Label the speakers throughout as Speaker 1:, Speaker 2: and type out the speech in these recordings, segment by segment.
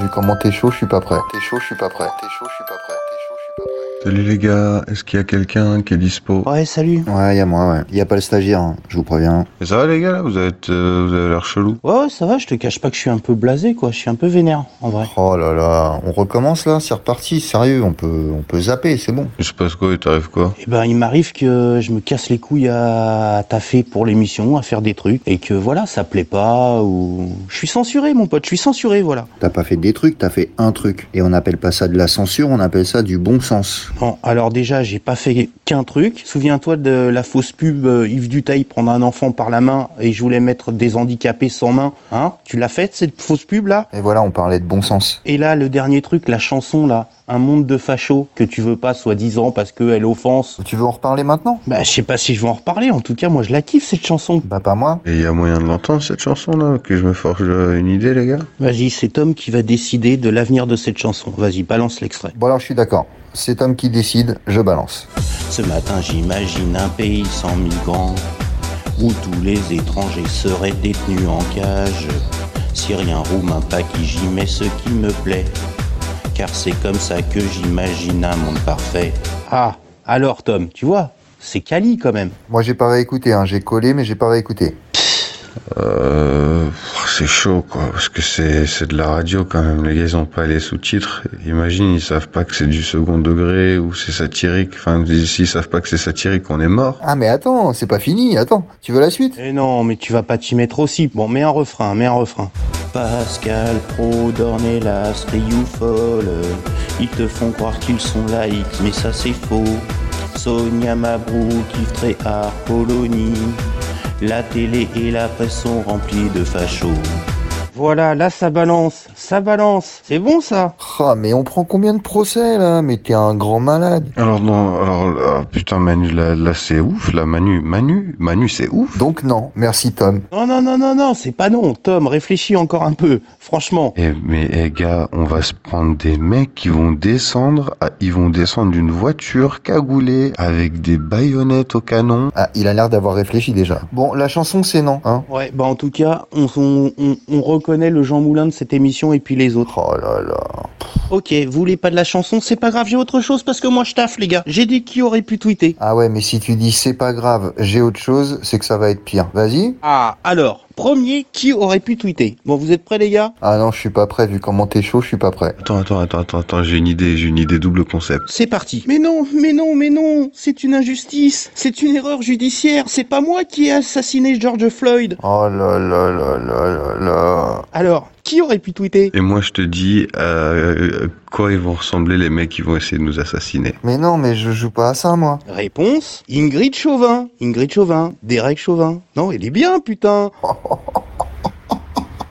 Speaker 1: Vu comment t'es chaud, je suis pas prêt. T'es chaud, je suis pas prêt. T'es chaud, je suis pas prêt. T'es chaud, je suis pas prêt.
Speaker 2: Salut les gars, est-ce qu'il y a quelqu'un qui est dispo
Speaker 3: Ouais, salut.
Speaker 1: Ouais, y a moi, ouais. Y a pas le stagiaire, hein, je vous préviens.
Speaker 2: Et ça va les gars là Vous êtes, euh, vous avez l'air chelou.
Speaker 3: Ouais, ouais, ça va, je te cache pas que je suis un peu blasé, quoi. Je suis un peu vénère, en vrai.
Speaker 1: Oh là là, on recommence là, c'est reparti, sérieux, on peut, on peut zapper, c'est bon.
Speaker 2: Il se passe quoi Il t'arrive quoi
Speaker 3: Eh ben, il m'arrive que je me casse les couilles à, à taffer pour l'émission, à faire des trucs, et que voilà, ça plaît pas, ou. Je suis censuré, mon pote, je suis censuré, voilà.
Speaker 1: T'as pas fait des trucs, t'as fait un truc. Et on n'appelle pas ça de la censure, on appelle ça du bon sens.
Speaker 3: Bon, alors déjà, j'ai pas fait qu'un truc. Souviens-toi de la fausse pub euh, Yves Duteil prendre un enfant par la main et je voulais mettre des handicapés sans main, hein Tu l'as faite, cette fausse pub là
Speaker 1: Et voilà, on parlait de bon sens.
Speaker 3: Et là, le dernier truc, la chanson là, un monde de fachos que tu veux pas soi-disant parce qu'elle offense.
Speaker 1: Tu veux en reparler maintenant
Speaker 3: Bah, je sais pas si je vais en reparler, en tout cas, moi je la kiffe cette chanson.
Speaker 1: Bah pas moi.
Speaker 2: Et il y a moyen de l'entendre cette chanson là Que je me forge euh, une idée les gars
Speaker 3: Vas-y, c'est Tom qui va décider de l'avenir de cette chanson. Vas-y, balance l'extrait.
Speaker 1: Bon alors je suis d'accord. C'est homme qui décide, je balance.
Speaker 3: Ce matin, j'imagine un pays sans migrants, où tous les étrangers seraient détenus en cage. Syrien, roumain, paqui, j'y mets ce qui me plaît, car c'est comme ça que j'imagine un monde parfait. Ah, alors Tom, tu vois, c'est Cali quand même.
Speaker 1: Moi j'ai pas réécouté, hein. j'ai collé mais j'ai pas réécouté.
Speaker 2: Euh, c'est chaud quoi, parce que c'est c'est de la radio quand même. Les gars ils ont pas les sous-titres. Imagine ils savent pas que c'est du second degré ou c'est satirique. Enfin s'ils savent pas que c'est satirique, on est mort.
Speaker 1: Ah mais attends, c'est pas fini, attends, tu veux la suite
Speaker 3: Eh non, mais tu vas pas t'y mettre aussi. Bon, mets un refrain, mets un refrain. Pascal Pro, Dornelas, Rioufol, ils te font croire qu'ils sont laïcs, mais ça c'est faux. Sonia Mabrouk, Yves Tréhard, Polonie, la télé et la presse sont remplies de fachos. Voilà, là ça balance, ça balance, c'est bon ça
Speaker 1: Ah mais on prend combien de procès là Mais t'es un grand malade.
Speaker 2: Alors non, alors là, putain Manu, là, là c'est ouf, là Manu, Manu, Manu c'est ouf.
Speaker 1: Donc non, merci Tom.
Speaker 3: Non, non, non, non, non, c'est pas non, Tom, réfléchis encore un peu, franchement.
Speaker 2: Eh mais eh, gars, on va se prendre des mecs qui vont descendre, à- ils vont descendre d'une voiture cagoulée avec des baïonnettes au canon.
Speaker 1: Ah, il a l'air d'avoir réfléchi déjà. Bon, la chanson c'est non, hein
Speaker 3: Ouais, bah en tout cas, on, on, on- on reconnaît le Jean Moulin de cette émission et puis les autres.
Speaker 1: Oh là là.
Speaker 3: Ok, vous voulez pas de la chanson, c'est pas grave, j'ai autre chose parce que moi je taffe les gars. J'ai dit qui aurait pu tweeter.
Speaker 1: Ah ouais, mais si tu dis c'est pas grave, j'ai autre chose, c'est que ça va être pire. Vas-y.
Speaker 3: Ah, alors, premier, qui aurait pu tweeter Bon, vous êtes prêts les gars
Speaker 1: Ah non, je suis pas prêt, vu comment t'es chaud, je suis pas prêt.
Speaker 2: Attends, attends, attends, attends, attends, j'ai une idée, j'ai une idée double concept.
Speaker 3: C'est parti. Mais non, mais non, mais non, c'est une injustice, c'est une erreur judiciaire, c'est pas moi qui ai assassiné George Floyd.
Speaker 1: Oh là là là là là là.
Speaker 3: Alors, qui aurait pu tweeter
Speaker 2: Et moi je te dis euh, quoi ils vont ressembler les mecs qui vont essayer de nous assassiner.
Speaker 1: Mais non, mais je joue pas à ça, moi.
Speaker 3: Réponse Ingrid Chauvin. Ingrid Chauvin. Derek Chauvin. Non, il est bien, putain.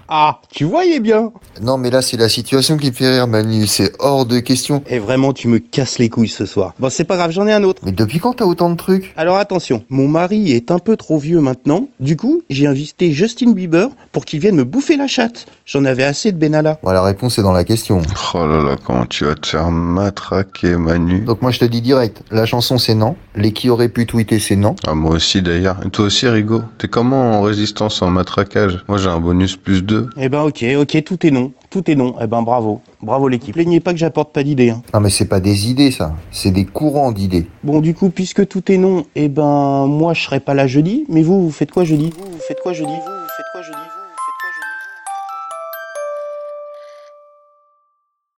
Speaker 3: Ah, tu vois, il est bien.
Speaker 1: Non, mais là, c'est la situation qui me fait rire, Manu. C'est hors de question.
Speaker 3: Et Eh, vraiment, tu me casses les couilles ce soir. Bon, c'est pas grave, j'en ai un autre.
Speaker 1: Mais depuis quand t'as autant de trucs
Speaker 3: Alors attention, mon mari est un peu trop vieux maintenant. Du coup, j'ai invité Justin Bieber pour qu'il vienne me bouffer la chatte. J'en avais assez de Benalla.
Speaker 1: Bon, la réponse est dans la question.
Speaker 2: Oh là là, comment tu vas te faire matraquer Manu
Speaker 1: Donc moi, je te dis direct, la chanson, c'est non. Les qui auraient pu tweeter, c'est non.
Speaker 2: ah, moi aussi d'ailleurs. Et toi aussi Rigo, t'es comment en résistance en matraquage Moi j'ai un bonus plus 2.
Speaker 3: Eh ben ok, ok, tout est non. Tout est non. Eh ben bravo. Bravo l'équipe. Plaignez pas que j'apporte pas d'idées. hein.
Speaker 1: Non, mais c'est pas des idées, ça. C'est des courants d'idées.
Speaker 3: Bon, du coup, puisque tout est non, eh ben moi je serai pas là jeudi. Mais vous, vous faites quoi jeudi Vous, vous faites quoi jeudi Vous, vous